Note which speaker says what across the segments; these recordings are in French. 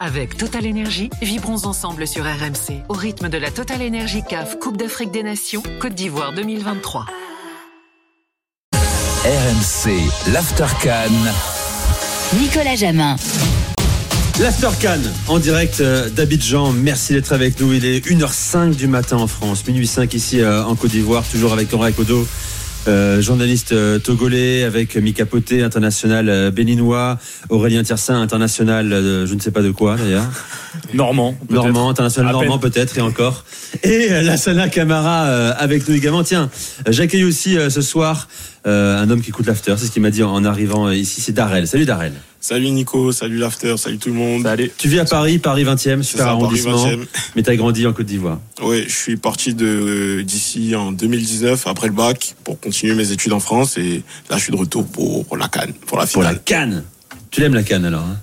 Speaker 1: Avec Total Energy, vibrons ensemble sur RMC au rythme de la Total Energy CAF Coupe d'Afrique des Nations Côte d'Ivoire 2023.
Speaker 2: RMC, l'After Cannes.
Speaker 3: Nicolas Jamin.
Speaker 4: L'After Cannes, en direct euh, d'Abidjan. Merci d'être avec nous. Il est 1h05 du matin en France, minuit 5 ici euh, en Côte d'Ivoire, toujours avec Henri Kodo. Euh, journaliste euh, togolais avec Mika Poté, international euh, béninois, Aurélien Tiersin, international euh, je ne sais pas de quoi d'ailleurs,
Speaker 5: Normand. peut-être.
Speaker 4: normand, international
Speaker 5: À peine.
Speaker 4: normand peut-être et encore, et euh, Lassana Camara euh, avec nous également. Tiens, euh, j'accueille aussi euh, ce soir euh, un homme qui écoute l'after, c'est ce qu'il m'a dit en, en arrivant euh, ici, c'est Darel. Salut Darel.
Speaker 6: Salut Nico, salut l'after, salut tout le monde.
Speaker 5: Salut.
Speaker 4: Tu vis à Paris, Paris 20e,
Speaker 6: C'est
Speaker 4: super
Speaker 6: ça, Paris
Speaker 4: arrondissement,
Speaker 6: 20e.
Speaker 4: mais t'as grandi en Côte d'Ivoire.
Speaker 6: Ouais, je suis parti de euh, d'ici en 2019 après le bac pour continuer mes études en France et là je suis de retour pour la Cannes, pour la
Speaker 4: Pour la
Speaker 6: finale.
Speaker 4: canne Tu l'aimes la canne alors hein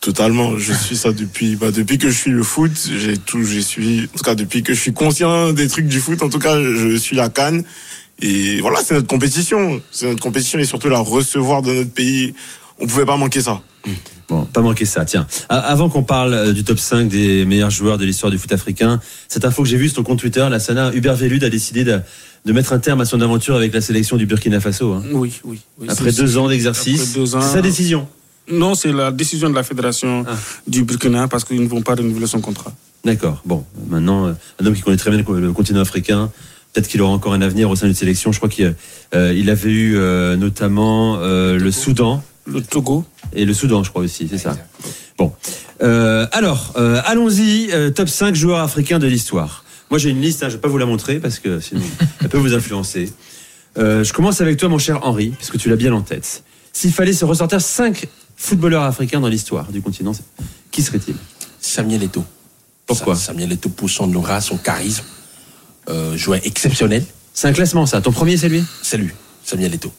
Speaker 6: Totalement, je suis ça depuis bah, depuis que je suis le foot, j'ai tout, j'ai suivi. En tout cas, depuis que je suis conscient des trucs du foot, en tout cas, je suis la Cannes et voilà, c'est notre compétition, c'est notre compétition et surtout la recevoir de notre pays, on pouvait pas manquer ça.
Speaker 4: Bon, pas manquer ça, tiens. A- Avant qu'on parle euh, du top 5 des meilleurs joueurs de l'histoire du foot africain, cette info que j'ai vue sur ton compte Twitter, la Sana Hubert Vélude a décidé de, de mettre un terme à son aventure avec la sélection du Burkina Faso. hein.
Speaker 7: Oui, oui. oui.
Speaker 4: Après
Speaker 7: C'est-
Speaker 4: deux ans
Speaker 7: après
Speaker 4: d'exercice,
Speaker 7: deux ans.
Speaker 4: c'est sa décision.
Speaker 7: Non, c'est la décision de la fédération
Speaker 4: Ah.
Speaker 7: du Burkina parce qu'ils ne vont pas renouveler son contrat.
Speaker 4: D'accord, bon, maintenant, euh, un homme qui connaît très bien le co- le continent africain, peut-être qu'il aura encore un avenir au sein d'une sélection. Je crois qu'il euh, il avait eu euh, notamment euh, le Soudan.
Speaker 7: Le Togo,
Speaker 4: Et le Soudan, je crois aussi, c'est ça. Bon. Euh, alors, euh, allons-y, euh, top 5 joueurs africains de l'histoire. Moi, j'ai une liste, hein, je ne vais pas vous la montrer parce que sinon, elle peut vous influencer. Euh, je commence avec toi, mon cher Henri, parce que tu l'as bien en tête. S'il fallait se ressortir 5 footballeurs africains dans l'histoire du continent, c'est- qui serait-il
Speaker 8: Samuel Eto'o.
Speaker 4: Pourquoi
Speaker 8: Sa- Samuel Eto'o pour son aura, son charisme, euh, joueur exceptionnel,
Speaker 4: C'est un classement, ça. Ton premier, c'est lui
Speaker 8: c'est lui, Samuel Eto'o.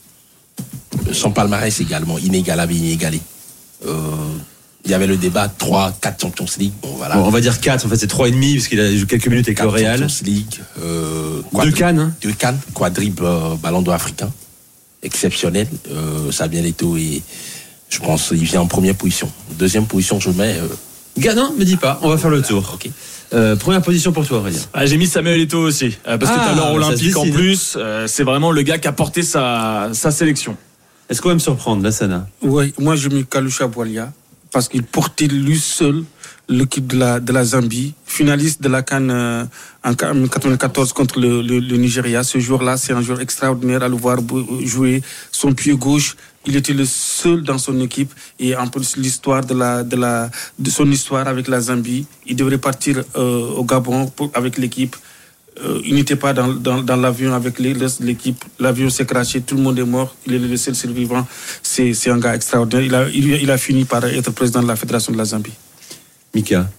Speaker 8: Euh, Son palmarès également, inégalable et inégalé. Euh, Il y avait le débat 3, 4 Champions League, bon voilà.
Speaker 4: Bon, On va dire 4, en fait, c'est 3,5 parce qu'il a joué quelques minutes avec le
Speaker 8: Quatre
Speaker 4: Real.
Speaker 8: Champions League, euh,
Speaker 4: Deux
Speaker 8: quadruple-
Speaker 4: cannes, hein.
Speaker 8: Deux Cannes, quadruple euh, Ballon d'Or africain, exceptionnel. Euh, Samuel Eto'o et je pense il vient en première position. Deuxième position, je mets. euh,
Speaker 4: Gars, non, me dis pas, on va faire le tour.
Speaker 8: Ok.
Speaker 4: Euh, première position pour toi, Aurélien.
Speaker 5: Ah, J'ai mis Samuel Eto'o aussi, euh, parce que
Speaker 4: Ah,
Speaker 5: t'as l'or
Speaker 4: mais ça se
Speaker 5: olympique en
Speaker 4: décide.
Speaker 5: plus. euh, c'est vraiment le gars qui a porté sa, sa sélection.
Speaker 4: Est-ce qu'on va me surprendre, la Sana
Speaker 7: oui, moi je mets Kalusha Boalia parce qu'il portait lui seul l'équipe de la, de la Zambie, finaliste de la Cannes euh, en 1994 contre le, le- le Nigeria. Ce joueur-là, c'est un joueur extraordinaire à le voir bou- jouer. Son pied gauche, il était le seul dans son équipe et en plus l'histoire de la de la de son histoire avec la Zambie, il devrait partir euh, au Gabon pour- avec l'équipe. Euh, il n'était pas dans, dans, dans l'avion avec les- les- l'équipe. L'avion s'est craché, tout le monde est mort. Il est le seul survivant. C'est c'est un gars extraordinaire. Il a, il, il a fini par être président de la Fédération de la Zambie.
Speaker 4: Mika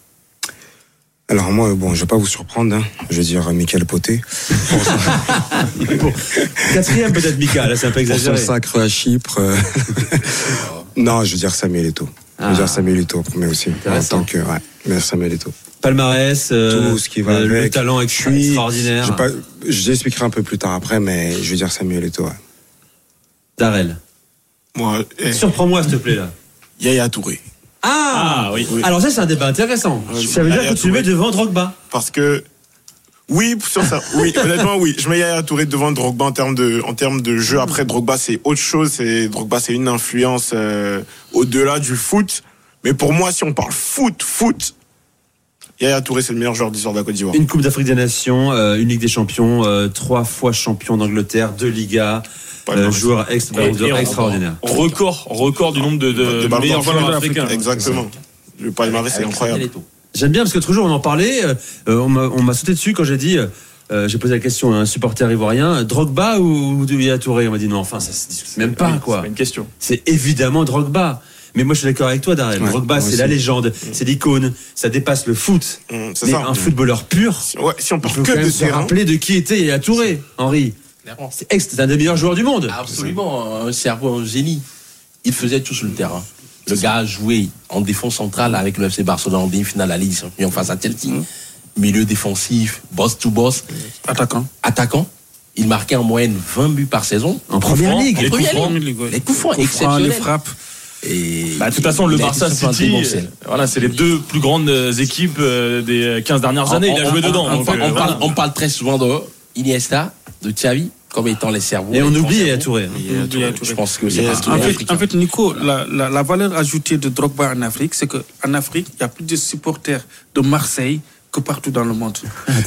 Speaker 9: Alors moi, bon, je vais pas vous surprendre, hein. je vais dire euh, Michael Poté.
Speaker 4: Bon. Quatrième peut-être Mika, là c'est un peu
Speaker 9: Pour son
Speaker 4: exagéré.
Speaker 9: sacre à Chypre. euh, non, je veux dire Samuel Eto'o. Je veux
Speaker 4: Ah.
Speaker 9: dire Samuel Eto'o, mais aussi. En
Speaker 4: Intéressant.
Speaker 9: tant que, ouais, mais Samuel Eto'o.
Speaker 4: Palmarès, euh,
Speaker 9: Tout ce qui va
Speaker 4: euh, le
Speaker 9: avec.
Speaker 4: talent
Speaker 9: Je suis-
Speaker 4: extraordinaire.
Speaker 9: j'ai pas- Je l'expliquerai un peu plus tard après, mais je veux dire Samuel Eto'o. ouais.
Speaker 4: Darrel.
Speaker 6: Moi, eh,
Speaker 4: Surprends-moi s'il te plaît là.
Speaker 6: Yaya Touré.
Speaker 4: Ah,
Speaker 5: Ah, oui.
Speaker 4: Alors ça c'est un débat intéressant.
Speaker 6: Oui.
Speaker 4: Ça veut dire
Speaker 6: Yaya
Speaker 4: que tu le mets
Speaker 6: Touré.
Speaker 4: devant Drogba.
Speaker 6: parce que oui sur ça oui honnêtement oui je mets Yaya Touré devant Drogba en termes de en termes de jeu après Drogba c'est autre chose c'est Drogba c'est une influence euh, au-delà du foot mais pour moi si on parle foot foot Yaya Touré c'est le meilleur joueur d'histoire de la Côte d'Ivoire
Speaker 4: Une Coupe d'Afrique des Nations, euh, une Ligue des Champions, euh, trois fois champion d'Angleterre, deux Ligas,
Speaker 6: Pas
Speaker 4: euh,
Speaker 6: mal.
Speaker 4: joueur ex-
Speaker 5: Et- et-
Speaker 4: extraordinaire.
Speaker 5: Record, record du nombre de, de
Speaker 6: Ballon d'Or hein.
Speaker 5: meilleurs
Speaker 6: africain.
Speaker 5: joueurs africains.
Speaker 6: exactement le palmarès c'est
Speaker 8: avec
Speaker 6: incroyable
Speaker 8: Samuel Eto'o.
Speaker 4: J'aime bien parce que toujours on en parlait, euh, euh, on m'a- on m'a sauté dessus quand j'ai dit, euh, euh, j'ai posé la question à un supporter ivoirien, euh, Drogba ou, ou Yaya Touré On m'a dit non, enfin ça se discute même pas
Speaker 5: Oui,
Speaker 4: quoi.
Speaker 5: C'est pas une question.
Speaker 4: c'est évidemment Drogba. Mais moi, je suis d'accord avec toi, Darrel.
Speaker 9: Ouais,
Speaker 4: Drogba,
Speaker 9: moi
Speaker 4: c'est
Speaker 9: aussi.
Speaker 4: la légende, c'est l'icône, ça dépasse le foot.
Speaker 6: Hum, c'est
Speaker 4: Mais
Speaker 6: ça
Speaker 4: un footballeur pur,
Speaker 6: ouais, si on
Speaker 4: il
Speaker 6: parle
Speaker 4: faut
Speaker 6: que
Speaker 4: quand
Speaker 6: de
Speaker 4: même se
Speaker 6: terrain
Speaker 4: rappeler de qui était Yaya Touré, Henri. Ah,
Speaker 8: Clairement.
Speaker 4: C'est ex- c'est un des meilleurs joueurs du monde.
Speaker 8: Absolument, hein, un cerveau, un génie. Il faisait tout sur le terrain. Le gars a joué en défense centrale avec le FC Barcelone en demi-finale à la Ligue des Champions face à Chelsea. Milieu défensif, boss to boss,
Speaker 7: Attaquant.
Speaker 8: attaquant. Il marquait en moyenne 20 buts par saison.
Speaker 4: En première
Speaker 5: francs,
Speaker 4: ligue.
Speaker 5: les
Speaker 8: Première
Speaker 5: coups francs.
Speaker 8: ligne.
Speaker 7: Ligue, ouais.
Speaker 8: Les coups francs
Speaker 7: Coups francs, les
Speaker 8: exceptionnels.
Speaker 7: frappes.
Speaker 8: Et
Speaker 5: Bah, de toute façon, le
Speaker 8: il a été
Speaker 5: Barça
Speaker 8: sur un
Speaker 5: City,
Speaker 8: démentiel.
Speaker 5: euh, voilà, c'est les deux plus grandes euh, équipes euh, des 15 dernières années. Il a joué dedans.
Speaker 8: On,
Speaker 5: donc,
Speaker 8: parle-
Speaker 5: euh,
Speaker 8: on parle,
Speaker 5: voilà.
Speaker 8: on parle très souvent de Iniesta, de Xavi, comme étant les cerveaux.
Speaker 4: Et on
Speaker 8: les grands
Speaker 4: oublie à
Speaker 8: cerveaux.
Speaker 4: Touré.
Speaker 6: euh,
Speaker 8: Et Touré, Je pense que c'est
Speaker 6: Et
Speaker 8: pas
Speaker 6: Touré.
Speaker 8: tout
Speaker 7: En
Speaker 8: les
Speaker 7: fait,
Speaker 8: Africains.
Speaker 7: en fait, Nico, la, la- la valeur ajoutée de Drogba en Afrique, c'est qu'en Afrique, il y a plus de supporters de Marseille que partout dans le monde.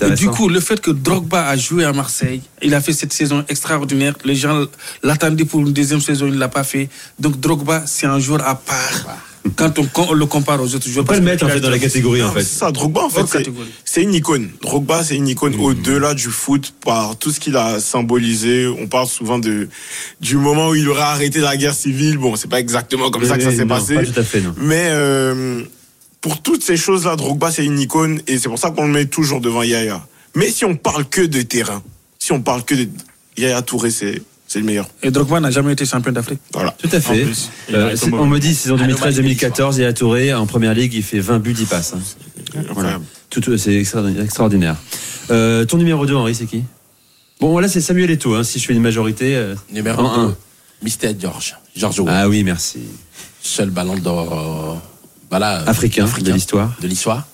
Speaker 7: Et du coup, le fait que Drogba a joué à Marseille, il a fait cette saison extraordinaire. Les gens l'attendaient pour une deuxième saison, il ne l'a pas fait. Donc Drogba, c'est un joueur à part. Quand on, com- le compare aux autres joueurs,
Speaker 4: Faut pas
Speaker 7: parce
Speaker 4: le
Speaker 7: que
Speaker 4: mettre en fait dans la catégorie en
Speaker 6: Non,
Speaker 4: fait.
Speaker 6: C'est ça, Drogba, en fait,
Speaker 7: Hors
Speaker 6: c'est-
Speaker 7: catégorie.
Speaker 6: c'est une icône. Drogba, c'est une
Speaker 4: Mm.
Speaker 6: icône au-delà du foot par tout ce qu'il a symbolisé. On parle souvent de, du moment où il aura arrêté la guerre civile. Bon, c'est pas exactement comme ça que ça
Speaker 4: Mais
Speaker 6: s'est
Speaker 4: non,
Speaker 6: passé.
Speaker 4: Pas tout à fait, non.
Speaker 6: Mais euh, pour toutes ces choses-là, Drogba, c'est une icône et c'est pour ça qu'on le met toujours devant Yaya. Mais si on parle que de terrain, si on parle que de Yaya Touré, c'est c'est le meilleur.
Speaker 7: Et Drogba n'a jamais été champion d'Afrique.
Speaker 6: Voilà.
Speaker 4: Tout à fait.
Speaker 5: il
Speaker 4: Euh,
Speaker 5: a été
Speaker 4: c'est-
Speaker 5: mauvais.
Speaker 4: on me dit saison
Speaker 8: Anomalie
Speaker 4: 2013-2014, il est à Touré en première ligue, il fait 20 buts, 10 passes. hein. Voilà.
Speaker 6: Incroyable.
Speaker 4: Tout, tout- c'est extra- extraordinaire. Euh, ton numéro 2, Henri, c'est qui Bon, là, c'est Samuel Eto'o. hein, si je fais une majorité. euh,
Speaker 8: Numéro
Speaker 4: en un.
Speaker 8: 1, Mister George. George
Speaker 6: Oh.
Speaker 8: Weah.
Speaker 4: Ah oui, merci.
Speaker 8: seul ballon d'or euh, voilà, euh,
Speaker 4: Africain, de l'histoire.
Speaker 8: de l'histoire.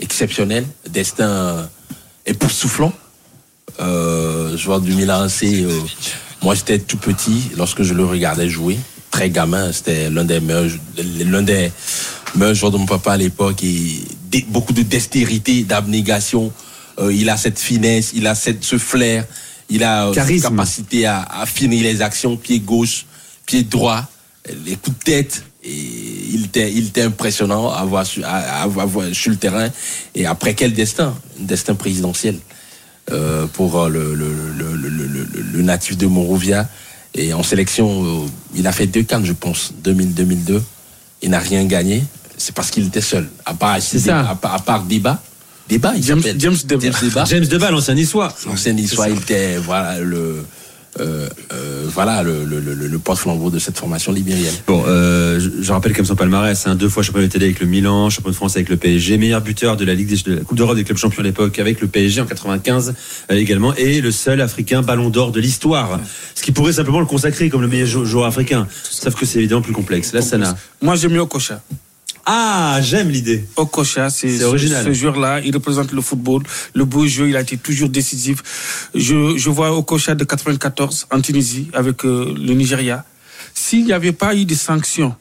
Speaker 8: Exceptionnel, destin euh, époustouflant. Euh, joueur du Milan AC, euh, moi j'étais tout petit lorsque je le regardais jouer, très gamin, c'était l'un des meilleurs, l'un des meilleurs joueurs de mon papa à l'époque et des- beaucoup de dextérité, d'abnégation. Euh, il a cette finesse, il a cette, ce flair, il a euh, cette
Speaker 4: Charisme.
Speaker 8: capacité à, à finir les actions pied gauche, pied droit, les coups de tête. Et il était, il était impressionnant à voir, sur- à, à- à voir sur le terrain. Et après, quel destin Un destin présidentiel euh, pour euh, le, le, le, le, le- le- le natif de Monrovia. Et en sélection, euh, il a fait deux cannes, je pense, 2000-2002. Il n'a rien gagné. C'est parce qu'il était seul. À part,
Speaker 4: ça.
Speaker 8: à part, à part débat. Débat, il
Speaker 7: James-
Speaker 8: s'appelle.
Speaker 7: James Deba.
Speaker 8: Deba.
Speaker 4: James Deval, ancien niçois.
Speaker 8: L'ancien Niçois, il était voilà, le, euh, euh, voilà, le, le, le, le porte-flambeau de cette formation libérienne.
Speaker 4: Bon, euh, je, je rappelle comme son palmarès, hein, deux fois champion d'Italie avec le Milan, champion de France avec le PSG, meilleur buteur de la Ligue des, de la Coupe d'Europe des clubs champions à l'époque avec le PSG en 95 euh, également, et le seul Africain Ballon d'Or de l'histoire, ce qui pourrait simplement le consacrer comme le meilleur jou- joueur africain, sauf que c'est évidemment plus complexe. Là, ça n'a.
Speaker 7: Moi, j'aime mieux Okocha.
Speaker 4: Ah, j'aime l'idée.
Speaker 7: Okocha, c'est
Speaker 4: C'est
Speaker 7: ce-
Speaker 4: original.
Speaker 7: ce joueur-là, il représente le football, le beau jeu, il a été toujours décisif. Je, je vois Okocha de 94 en Tunisie avec euh, le Nigeria. S'il n'y avait pas eu de sanctions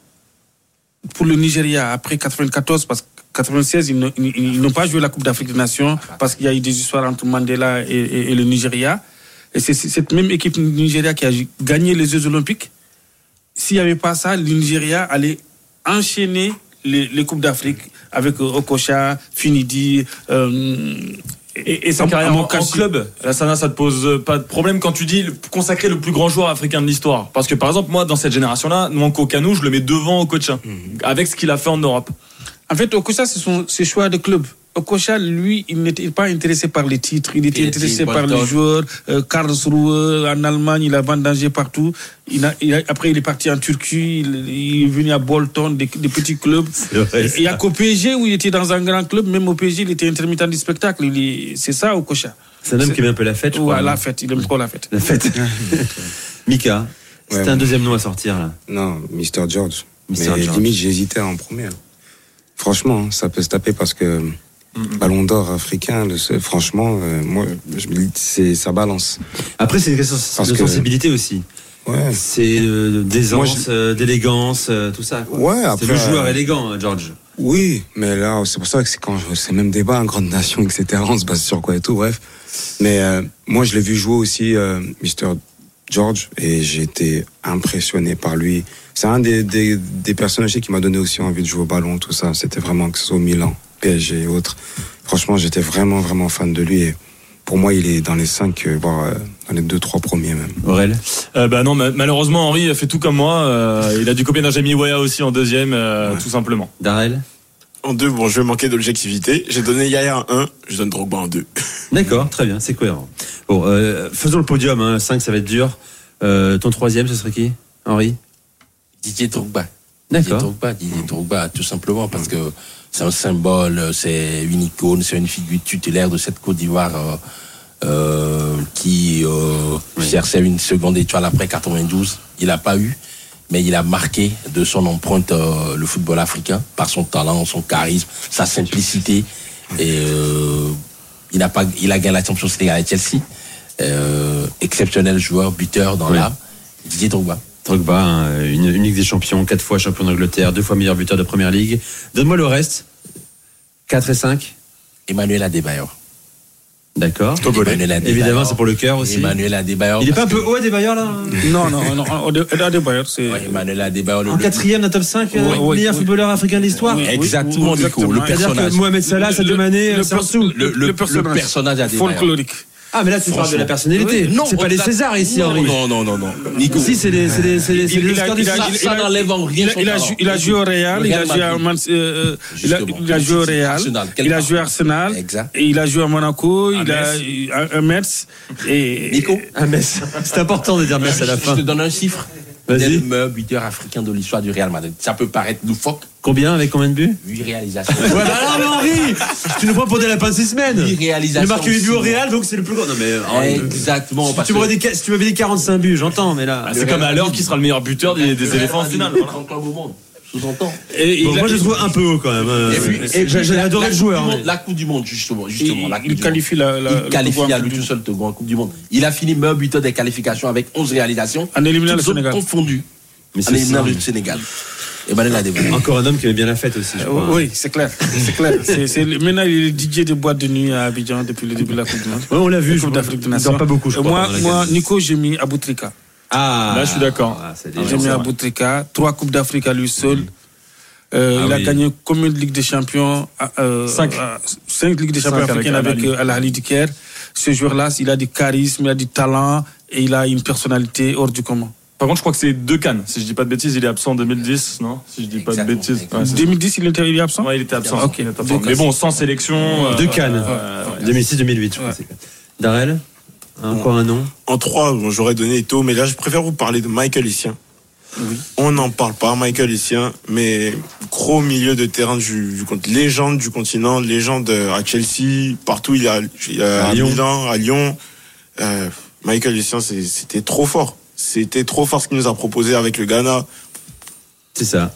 Speaker 7: pour le Nigeria après 94, parce que 96, ils n'ont- ils- ils n'ont pas joué la Coupe d'Afrique des Nations parce qu'il y a eu des histoires entre Mandela et, et- et le Nigeria. Et c'est c'est cette même équipe Nigeria qui a gagné les Jeux Olympiques. S'il n'y avait pas ça, le Nigeria allait enchaîner les, les Coupes d'Afrique avec euh, Okocha, Finidi. euh,
Speaker 5: Et, et sa
Speaker 7: En-
Speaker 5: carrière
Speaker 7: en
Speaker 5: en, en
Speaker 7: Cachie.
Speaker 5: club, la Sana, ça te pose euh, pas de problème quand tu dis le- consacrer le plus grand joueur africain de l'histoire Parce que par exemple, moi, dans cette génération-là, Nwanko Kanu, je le mets devant Okocha,
Speaker 7: Mhm.
Speaker 5: avec ce qu'il a fait en Europe.
Speaker 7: en fait, Okocha, c'est son ses choix de club. Okocha, lui, il n'était pas intéressé par les titres, il était
Speaker 8: Il était
Speaker 7: intéressé
Speaker 8: bon
Speaker 7: par les
Speaker 8: temps.
Speaker 7: joueurs. Euh, Karlsruhe, en Allemagne, il a vendangé partout. Il a- il a- après, il est parti en Turquie, il, il est venu à Bolton, des, des petits clubs.
Speaker 4: vrai,
Speaker 7: Et- Il n'y a qu'au PSG où il était dans un grand club, même au PSG, il était intermittent du spectacle. Il est- C'est ça, Okocha.
Speaker 4: C'est un homme qui aime un peu la fête, je
Speaker 7: Ou
Speaker 4: crois.
Speaker 7: à la fête, il aime trop la fête. Euh,
Speaker 4: La fête. Mika,
Speaker 9: Ouais,
Speaker 4: c'était
Speaker 9: ouais.
Speaker 4: un deuxième nom à sortir là.
Speaker 9: Non, Mr. George.
Speaker 4: Mr.
Speaker 9: Mais
Speaker 4: George.
Speaker 9: limite, j'hésitais à en premier. Franchement, ça peut se taper parce que Ballon d'or africain, le seul- franchement, euh, moi, je me dis, c'est ça balance.
Speaker 4: Après, c'est une question de
Speaker 9: Parce que-
Speaker 4: sensibilité aussi.
Speaker 9: Ouais.
Speaker 4: C'est euh, d'aisance, euh, d'élégance, euh, tout ça. quoi.
Speaker 9: Ouais,
Speaker 4: c'est
Speaker 9: après,
Speaker 4: le joueur
Speaker 9: euh,
Speaker 4: élégant, hein, George.
Speaker 9: Oui, mais là, c'est pour ça que c'est quand c'est même débat, hein, grande nation, etc. On se base sur quoi et tout, bref. Mais euh, moi, je l'ai vu jouer aussi, euh, Mr. George, et j'ai été impressionné par lui. C'est un des, des, des personnages qui m'a donné aussi envie de jouer au ballon, tout ça. C'était vraiment que ce soit au Milan, PSG et autres. Franchement, j'étais vraiment, vraiment fan de lui. Et pour moi, il est dans les cinq, euh, voire euh, dans les deux, trois premiers même.
Speaker 4: Aurel
Speaker 5: Euh, bah non, ma- malheureusement, Henri a fait tout comme moi. euh, il a dû copier d'un Jamie Weah aussi en deuxième, euh, tout simplement.
Speaker 4: Darrel
Speaker 6: En deux, bon, je vais manquer d'objectivité. J'ai donné Yaya en un, je donne Drogba en deux.
Speaker 4: D'accord, très bien, c'est cohérent. Bon, euh, faisons le podium, 5 ça va être dur. Euh, ton troisième, ce serait qui Henri
Speaker 8: Didier Drogba. Didier
Speaker 4: D'accord.
Speaker 8: Drogba, Didier Drogba, tout simplement parce que c'est un symbole, c'est une icône, c'est une figure tutélaire de cette Côte d'Ivoire euh, euh, qui euh, cherchait une seconde étoile après 92. Il n'a pas eu. mais il a marqué de son empreinte euh, le football africain par son talent, son charisme, sa simplicité. Et euh, il a pas, il a gagné la Champions League avec Chelsea. Euh, exceptionnel joueur, buteur dans
Speaker 4: Oui.
Speaker 8: l'âme. Didier Drogba.
Speaker 4: Drogba, hein, une, une Ligue des Champions, 4 fois champion d'Angleterre, 2 fois meilleur buteur de première ligue. Donne-moi le reste. 4 et 5.
Speaker 8: Emmanuel Adebayor.
Speaker 4: D'accord.
Speaker 8: Togolais. Emmanuel Adebayor.
Speaker 4: Évidemment, c'est pour le cœur aussi.
Speaker 8: Emmanuel Adebayor.
Speaker 4: Il est pas un
Speaker 8: parce
Speaker 4: peu haut, Adebayor, là hein
Speaker 7: Non, non, non. Adebayor, c'est.
Speaker 8: que- Ouais, Emmanuel Adebayor. le-
Speaker 4: En
Speaker 8: le-
Speaker 4: quatrième d'un top 5, euh,
Speaker 7: Oui, oui,
Speaker 4: meilleur
Speaker 7: oui.
Speaker 4: footballeur africain de l'histoire
Speaker 7: Oui,
Speaker 8: Exactement,
Speaker 7: oui,
Speaker 8: Nico,
Speaker 7: exactement.
Speaker 8: le
Speaker 4: C'est-à-dire
Speaker 8: personnage.
Speaker 4: que Mohamed Salah, Sadio Mané, euh, c'est en dessous.
Speaker 8: le- le- le personnage Adebayor.
Speaker 7: folklorique.
Speaker 4: Ah, mais là, tu parles de la personnalité.
Speaker 8: Oui, non,
Speaker 4: c'est pas
Speaker 8: on-
Speaker 4: les Césars ici,
Speaker 8: non,
Speaker 4: Henri.
Speaker 8: non, non, non, non. Nico.
Speaker 4: Si, c'est les, c'est les, c'est les, c'est les
Speaker 7: il a-
Speaker 4: Oscars du
Speaker 7: il a-
Speaker 8: ça
Speaker 4: foot.
Speaker 7: il-
Speaker 8: ça
Speaker 7: il a-
Speaker 8: n'enlève en rien
Speaker 7: Il a,
Speaker 8: son
Speaker 7: il a
Speaker 8: talent.
Speaker 7: ju- il a joué au Real, il a
Speaker 8: Regarde
Speaker 7: joué à
Speaker 8: Madrid.
Speaker 7: Man- euh, euh, il a-
Speaker 8: Justement.
Speaker 7: il a joué au Real,
Speaker 8: Arsenal, quel
Speaker 7: il a
Speaker 8: parcours.
Speaker 7: joué à Arsenal,
Speaker 8: Exact.
Speaker 7: et il a joué à Monaco, il a
Speaker 5: Metz.
Speaker 7: eu- à à Metz et
Speaker 8: Nico.
Speaker 4: Ah, Metz. C'est important de dire Metz à la
Speaker 8: Je je
Speaker 4: fin.
Speaker 8: te donne un chiffre.
Speaker 4: Vas-y.
Speaker 8: C'est le meilleur buteur africain de l'histoire du Real Madrid. Ça peut paraître loufoque,
Speaker 4: Combien avec combien de buts
Speaker 8: 8 réalisations.
Speaker 4: Ouais, bah non, mais Henri Tu nous prends pour des lapins de 6 semaines
Speaker 8: Huit réalisations
Speaker 4: Il a marqué 8 buts au
Speaker 8: aussi, ouais.
Speaker 4: Real, donc c'est le plus Bah, grand. Non, mais. Henri,
Speaker 8: Ah, Exactement.
Speaker 4: Si
Speaker 8: parce
Speaker 4: Eh, tu
Speaker 8: que-
Speaker 4: m'aurais dit- si tu m'avais dit 45 buts, j'entends, mais là.
Speaker 5: Ah, c'est comme à l'heure qui sera le meilleur buteur des, des éléphants en
Speaker 8: Real
Speaker 5: finale.
Speaker 8: Madrid,
Speaker 5: voilà.
Speaker 8: grand club au monde. Sous-entend.
Speaker 7: et
Speaker 4: Bon,
Speaker 7: il a-
Speaker 4: moi, je le trouve un peu haut quand même. euh,
Speaker 8: Et puis-
Speaker 4: euh,
Speaker 8: et puis
Speaker 4: j'a- J'ai
Speaker 8: la-
Speaker 4: adoré
Speaker 8: la
Speaker 4: le joueur.
Speaker 8: Coupe du
Speaker 4: hein.
Speaker 8: Monde, La Coupe du Monde, justement.
Speaker 7: il-
Speaker 8: justement la Coupe
Speaker 7: il
Speaker 8: du
Speaker 7: qualifie la, la-
Speaker 8: Monde.
Speaker 7: le
Speaker 8: Il qualifie
Speaker 7: programme
Speaker 8: à lui
Speaker 7: du-
Speaker 8: tout seul de grand Coupe du Monde. Il a fini meilleur buteur des qualifications avec 11 réalisations.
Speaker 7: En éliminant
Speaker 8: toutes
Speaker 7: le
Speaker 8: zones
Speaker 7: Sénégal.
Speaker 8: confondues.
Speaker 4: Ah, Mais
Speaker 8: En
Speaker 4: c'est
Speaker 8: éliminant
Speaker 4: ça,
Speaker 8: le
Speaker 4: mais-
Speaker 8: Sénégal. ben, Emmanuel Adebayor.
Speaker 4: Encore un homme qui aimait bien la fête
Speaker 5: Ah,
Speaker 4: aussi, je
Speaker 7: Euh,
Speaker 4: crois. hein.
Speaker 7: Oui, c'est clair, c'est clair. C'est- c'est le- maintenant, il est DJ des boîtes de nuit à Abidjan depuis le début de la Coupe du Monde.
Speaker 4: Ouais, on l'a vu,
Speaker 7: La
Speaker 4: je
Speaker 7: Coupe
Speaker 4: crois.
Speaker 7: d'Afrique des
Speaker 4: Il
Speaker 7: Nations.
Speaker 4: dort pas beaucoup, je
Speaker 7: Euh,
Speaker 4: crois,
Speaker 7: Moi,
Speaker 4: pendant la
Speaker 7: moi
Speaker 4: canne.
Speaker 7: Nico, j'ai mis Aboutrika.
Speaker 4: Ah,
Speaker 5: Là, je suis d'accord.
Speaker 4: Ah, c'est
Speaker 7: J'ai
Speaker 4: léger,
Speaker 7: mis
Speaker 4: ça.
Speaker 7: Aboutrika, trois Coupes d'Afrique à lui seul. Euh,
Speaker 4: Ah
Speaker 7: il a
Speaker 4: oui.
Speaker 7: gagné combien de Ligues des Champions à- euh,
Speaker 5: Cinq.
Speaker 7: à- Cinq Ligues des Champions
Speaker 5: Cinq avec
Speaker 7: africaines avec
Speaker 5: Al-Ahli.
Speaker 7: euh, Al-Ahli du Caire. Ce joueur-là, il a du charisme, il a du talent et il a une personnalité hors du commun.
Speaker 5: Par contre, je crois que c'est deux cannes. Si je dis pas de bêtises, il est absent en 2010, non Si je dis pas de
Speaker 8: Exactement,
Speaker 5: bêtises.
Speaker 8: exactement.
Speaker 5: Ouais, c'est ça.
Speaker 7: 2010, il était il est
Speaker 4: Hein
Speaker 7: absent
Speaker 5: Ouais, il était absent.
Speaker 7: Ok.
Speaker 5: Il était absent. Mais bon, sans sélection. euh,
Speaker 4: Deux cannes.
Speaker 5: euh, ouais.
Speaker 4: 2006-2008, je crois. c'est- Darrel Encore un nom
Speaker 6: En trois, bon, j'aurais donné Eto, mais là, je préfère vous parler de Michael Essien. On n'en parle pas, Michael Essien, mais gros milieu de terrain du, du cont- légende du continent, légende euh, à Chelsea, partout, il a, il a-
Speaker 4: À
Speaker 6: à,
Speaker 4: Lyon.
Speaker 6: Milan, à Lyon. Euh, Michael Essien, c'est- c'était trop fort. C'était trop fort ce qu'il nous a proposé avec le Ghana.
Speaker 4: C'est ça.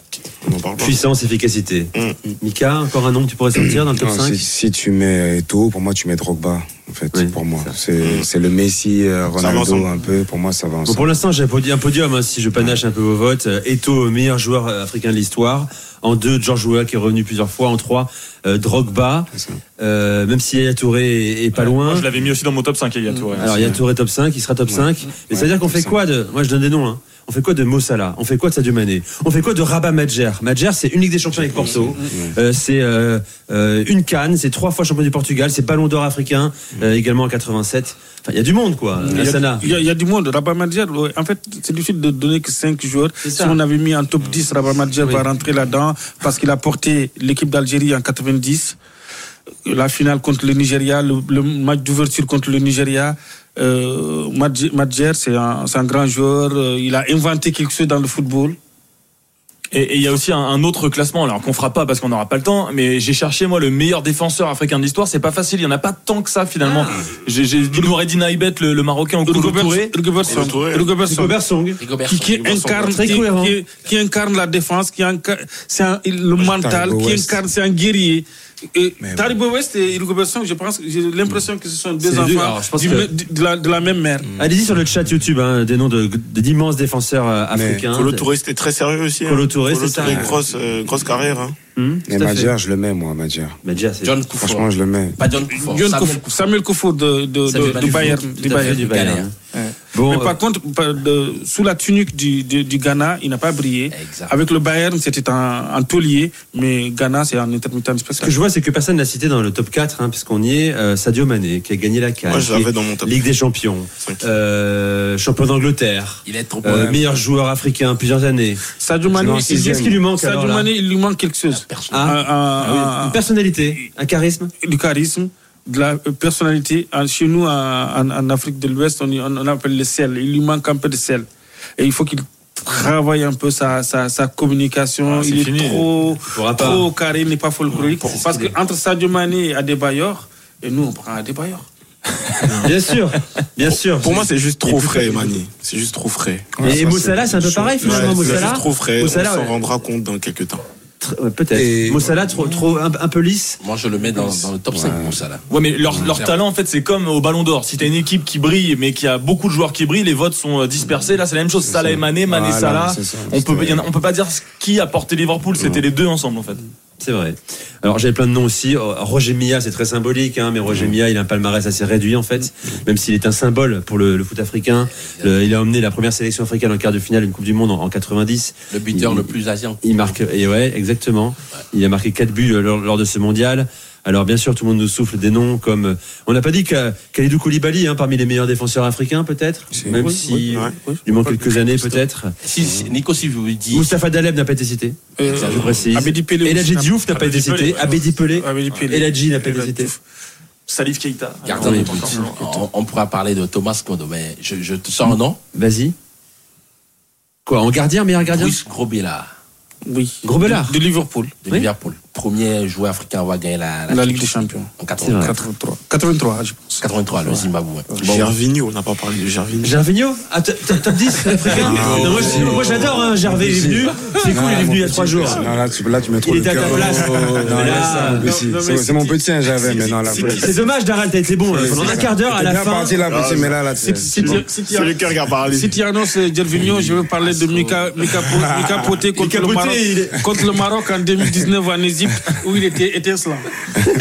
Speaker 6: On n'en parle pas.
Speaker 4: Puissance, efficacité.
Speaker 6: Mm.
Speaker 4: Mika, encore un nom que tu pourrais sortir dans le top
Speaker 9: Non,
Speaker 4: 5
Speaker 9: si, si tu mets Eto'o, pour moi, tu mets Drogba. En fait,
Speaker 4: Oui,
Speaker 9: pour moi,
Speaker 4: ça.
Speaker 9: c'est c'est le Messi, euh,
Speaker 6: va
Speaker 9: Ronaldo
Speaker 6: ensemble.
Speaker 9: un peu. Pour moi, ça va
Speaker 4: Bon,
Speaker 9: ensemble.
Speaker 4: pour l'instant, j'ai un podi- un podium, hein, si je panache un peu vos votes. Euh, Eto, meilleur joueur euh, africain de l'histoire. En deux, George Weah, qui est revenu plusieurs fois. En trois, euh, Drogba.
Speaker 9: C'est ça.
Speaker 4: Euh, même si Yaya Touré est, est pas loin.
Speaker 5: Moi, je l'avais mis aussi dans mon top 5, Elia Touré.
Speaker 4: Alors, Yaya Touré top 5, il sera top 5. Mais ça veut dire qu'on fait quoi de. Moi, je donne des noms. hein. On fait quoi de Mossala On fait quoi de Sadio Mané On fait quoi de Rabat Madjer Madjer, c'est une Ligue des Champions avec Porto. Euh, c'est euh, euh, une canne, c'est trois fois champion du Portugal, c'est Ballon d'Or africain, euh, également en 87. Enfin, il y a du monde, quoi.
Speaker 7: Il y, a,
Speaker 4: Lassana.
Speaker 7: il y a- il y a du monde. Rabat Madjer, ouais, en fait, c'est difficile de donner que 5 joueurs. Si
Speaker 4: ça. Mmh.
Speaker 7: on avait mis en top 10, Rabat Madjer va rentrer là-dedans parce qu'il a porté l'équipe d'Algérie en 90. La finale contre le Nigeria, le, le match d'ouverture contre le Nigeria. Euh, Madj- Madjer, c'est un, c'est un grand joueur. Euh, Il a inventé quelque chose dans le football.
Speaker 5: Et et il y a aussi un, un autre classement, alors qu'on fera pas parce qu'on n'aura pas le temps, mais j'ai cherché moi le meilleur défenseur africain de l'histoire, c'est pas facile, il y en a pas tant que ça finalement.
Speaker 9: Ah.
Speaker 5: J'ai j'ai dit Noureddin Aïbet, le, le marocain au Congo
Speaker 7: Rigobert-
Speaker 5: Touré.
Speaker 7: Rigobert Song.
Speaker 6: Touré.
Speaker 7: Rigobert Song.
Speaker 4: Robert Song.
Speaker 8: Rigobert
Speaker 7: qui, qui
Speaker 8: Song, Rigobert Song.
Speaker 7: incarne,
Speaker 4: Très
Speaker 7: qui,
Speaker 4: cohérent.
Speaker 7: qui- qui incarne la défense, qui incarne c'est un- il- le mental,
Speaker 9: Taribo
Speaker 7: qui
Speaker 9: West.
Speaker 7: incarne, c'est un guerrier. Et
Speaker 9: Mais
Speaker 7: Taribo West et Rigobert Song, je pense, j'ai l'impression que ce sont
Speaker 4: C'est
Speaker 7: deux
Speaker 4: les deux.
Speaker 7: enfants
Speaker 4: Alors, Ah, je pense
Speaker 7: du
Speaker 4: que- Mm.
Speaker 7: me- du- de, la, de la même mère.
Speaker 4: Allez-y sur le chat YouTube, hein, des noms de- de- d'immenses défenseurs euh,
Speaker 9: Mais
Speaker 4: africains.
Speaker 6: Colo Touré, c'était très sérieux aussi. hein.
Speaker 4: Kolo Touré, c'est ça.
Speaker 6: grosse, euh, grosse carrière. hein.
Speaker 4: Hmm,
Speaker 9: Mais
Speaker 4: tout à fait.
Speaker 9: Madjer, Ah, je le mets, moi, Madjer.
Speaker 4: Madjer, c'est-
Speaker 8: John
Speaker 9: Franchement,
Speaker 8: Koufour.
Speaker 9: je le mets.
Speaker 8: Pas John Koufour.
Speaker 7: John
Speaker 8: Samuel
Speaker 7: Kofour- Samuel Kofour de, de,
Speaker 4: Ça
Speaker 7: de-
Speaker 4: fait pas
Speaker 7: du
Speaker 4: du
Speaker 7: Bayern.
Speaker 4: foot,
Speaker 7: du
Speaker 4: tout à fait,
Speaker 7: Bayern.
Speaker 4: du Bayern. Bon,
Speaker 7: Mais
Speaker 4: euh,
Speaker 7: par contre, par- de- sous la tunique du, du- du Ghana, il n'a pas brillé.
Speaker 8: Exact.
Speaker 7: Avec le Bayern, c'était un, un taulier, mais Ghana, c'est un intermittent
Speaker 4: Ce que
Speaker 7: spécial.
Speaker 4: je vois, c'est que personne n'a cité dans le top 4, hein, puisqu'on y est, euh, Sadio Mané, qui a gagné la CAN,
Speaker 6: Moi, je
Speaker 4: qui
Speaker 6: l'avais
Speaker 4: est
Speaker 6: dans mon top.
Speaker 4: Ligue des Champions,
Speaker 6: Cinq.
Speaker 4: euh, champion d'Angleterre,
Speaker 8: Il est trop
Speaker 4: euh,
Speaker 8: bon.
Speaker 4: meilleur joueur africain plusieurs années.
Speaker 7: Sadio
Speaker 4: Non,
Speaker 7: Mané,
Speaker 4: sixième. Qu'est-ce qui lui manque, alors,
Speaker 7: Sadio
Speaker 4: là
Speaker 7: Mané, il lui manque quelque chose.
Speaker 4: Ah,
Speaker 7: Un- un-
Speaker 4: ah oui,
Speaker 7: un-
Speaker 4: une personnalité, un charisme.
Speaker 7: ah. du charisme, de la euh, personnalité. En- Chez nous, en, en- en Afrique de l'Ouest, on, y- on- on appelle le sel. Il lui manque un peu de sel. Et il faut qu'il travaille un peu sa, sa, sa communication.
Speaker 5: Ah, c'est
Speaker 7: il est
Speaker 5: fini.
Speaker 7: trop,
Speaker 4: pourra pas.
Speaker 7: trop carré, il n'est pas folklorique.
Speaker 4: ce
Speaker 7: Parce
Speaker 4: qu'il est.
Speaker 7: qu'entre Sadio Mané et Adebayor, et nous, on prend Adebayor.
Speaker 4: Bien sûr, bien sûr.
Speaker 6: Pour moi, c'est juste
Speaker 4: Il est
Speaker 6: trop
Speaker 4: plus
Speaker 6: frais,
Speaker 4: capable.
Speaker 6: Mani. C'est juste trop frais.
Speaker 4: Mais et Mossala, c'est un peu
Speaker 6: chaud.
Speaker 4: pareil, finalement,
Speaker 6: Ouais, C'est
Speaker 4: Mossala.
Speaker 6: juste trop frais.
Speaker 4: Mossala,
Speaker 6: on s'en
Speaker 4: ouais.
Speaker 6: rendra compte dans quelques temps.
Speaker 4: Tr- ouais, peut-être.
Speaker 9: Et-
Speaker 4: Mossala, trop, trop un, un peu lisse.
Speaker 8: Moi, je le mets dans, dans le top 5 pour ça, là.
Speaker 5: Ouais, mais leur, leur talent, en fait, c'est comme au Ballon d'Or. Si t'as une équipe qui brille, mais qui a beaucoup de joueurs qui brillent, les votes sont euh, dispersés. Là, c'est la même chose. Salah et Mané, Mané,
Speaker 9: Voilà,
Speaker 5: Salah.
Speaker 9: c'est ça.
Speaker 5: On peut, y en a- on peut pas dire ce qui a porté Liverpool. C'était les deux ensemble, en fait.
Speaker 4: C'est vrai. Alors j'avais plein de noms aussi. Oh, Roger Mia, c'est très symbolique, hein, mais Roger Mia, il a un palmarès assez réduit en fait, même s'il est un symbole pour le, le foot africain. Le- il a emmené la première sélection africaine en quart de finale d'une Coupe du Monde en, en 90.
Speaker 8: Le buteur
Speaker 4: Il-
Speaker 8: le plus asiatique.
Speaker 4: Il marque, et ouais, exactement. Il a marqué 4 buts euh, lors, lors de ce mondial. Alors, bien sûr, tout le monde nous souffle des noms comme. euh, On n'a pas dit que Khalidou Koulibaly, hein, parmi les meilleurs défenseurs africains, peut-être.
Speaker 9: Si.
Speaker 4: Même
Speaker 9: Oui,
Speaker 4: si.
Speaker 6: ouais,
Speaker 9: oui.
Speaker 4: Il manque quelques années, peut-être.
Speaker 8: Si, si- Nico, si vous dites.
Speaker 4: Moustapha Daleb n'a pas été cité.
Speaker 7: Euh,
Speaker 4: je précise.
Speaker 7: Abedi Pelé
Speaker 4: Eladji
Speaker 7: aussi.
Speaker 4: Diouf n'a pas été
Speaker 5: Abedi Pelé,
Speaker 4: cité.
Speaker 5: ouais.
Speaker 4: Abedi Pelé.
Speaker 7: Abedi Pelé.
Speaker 4: Eladji n'a pas été
Speaker 7: Eladji
Speaker 4: cité.
Speaker 7: Diouf.
Speaker 5: Salif Keita.
Speaker 8: Gardien
Speaker 5: Alors,
Speaker 8: de
Speaker 5: on
Speaker 8: but.
Speaker 5: entend- on-
Speaker 8: on, on pourra parler de Thomas Kondo, mais je, je te sors un nom.
Speaker 4: Vas-y. Quoi, en gardien, meilleur gardien
Speaker 8: Bruce Grobela
Speaker 7: Oui.
Speaker 4: Grobelaar.
Speaker 7: De Liverpool.
Speaker 8: de
Speaker 4: Oui.
Speaker 8: Liverpool. Premier joueur africain à avoir gagné la,
Speaker 7: La Ligue des Champions.
Speaker 8: En
Speaker 4: C'est vrai.
Speaker 8: 83,
Speaker 7: 83. 83, je pense.
Speaker 8: 83 le Zimbabwe.
Speaker 6: Gervinho, on n'a pas parlé de Gervinho.
Speaker 4: Gervinho Ah, top, top- top 10 africain Non, Moi, je- moi, j'adore, hein, Gervais il est venu. C'est cool, il est venu il y a 3 jours.
Speaker 9: Non, là, tu, là, tu mets trop
Speaker 4: Il
Speaker 9: le
Speaker 4: était à
Speaker 9: cœur.
Speaker 4: ta place.
Speaker 9: Oh, oh, non,
Speaker 4: Mais là,
Speaker 9: là, c'est mon petit.
Speaker 6: non, non,
Speaker 9: C'est-
Speaker 6: mais
Speaker 9: C'est mon
Speaker 6: c'est-
Speaker 9: petit, hein, j'avais, mais non, là.
Speaker 6: c'est-
Speaker 9: faut-
Speaker 4: C'est dommage, Daral, t'as été bon. là. Pendant un quart d'heure, à la
Speaker 9: T'es bien
Speaker 4: fin.
Speaker 9: parti, là, petit, mais là, là, tu-
Speaker 7: Si tu- si tu-
Speaker 6: Ah, C'est le cœur qui a parlé.
Speaker 7: Si tu annonces Gervinho, euh, je veux parler de Mika, Mika, Po- Mika Poté contre, le Maroc, contre le Maroc en 2019 en Égypte, où il était étincelant.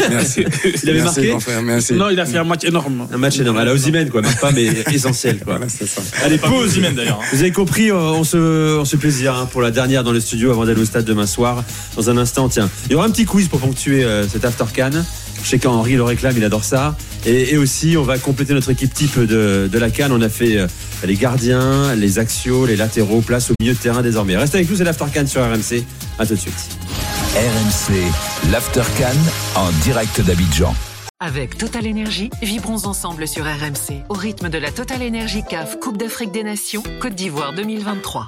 Speaker 9: Merci.
Speaker 4: Il avait
Speaker 9: Merci,
Speaker 4: marqué
Speaker 9: grand frère, Merci.
Speaker 7: Non, il a fait un match énorme.
Speaker 4: Un match énorme. À la Ozymen, quoi. Marque pas, mais essentiel, quoi.
Speaker 9: Voilà, c'est ça.
Speaker 5: Allez, pause, Imen, d'ailleurs. hein.
Speaker 4: Vous avez compris, euh, on se, on se plaisir hein, pour la dernière dans le studio avant d'aller au stade demain soir. Dans un instant, tiens, il y aura un petit quiz pour ponctuer euh, cet After Cannes. Je sais qu'Henri le réclame, il adore ça. Et, et aussi, on va compléter notre équipe type de, de la Cannes. On a fait euh, les gardiens, les axiaux, les latéraux, place au milieu de terrain désormais. Restez avec nous, c'est l'After Cannes sur RMC. À tout de suite.
Speaker 2: RMC, l'After Cannes, en direct d'Abidjan.
Speaker 1: Avec Total Energy, vibrons ensemble sur RMC au rythme de la Total Energy CAF Coupe d'Afrique des Nations Côte d'Ivoire 2023.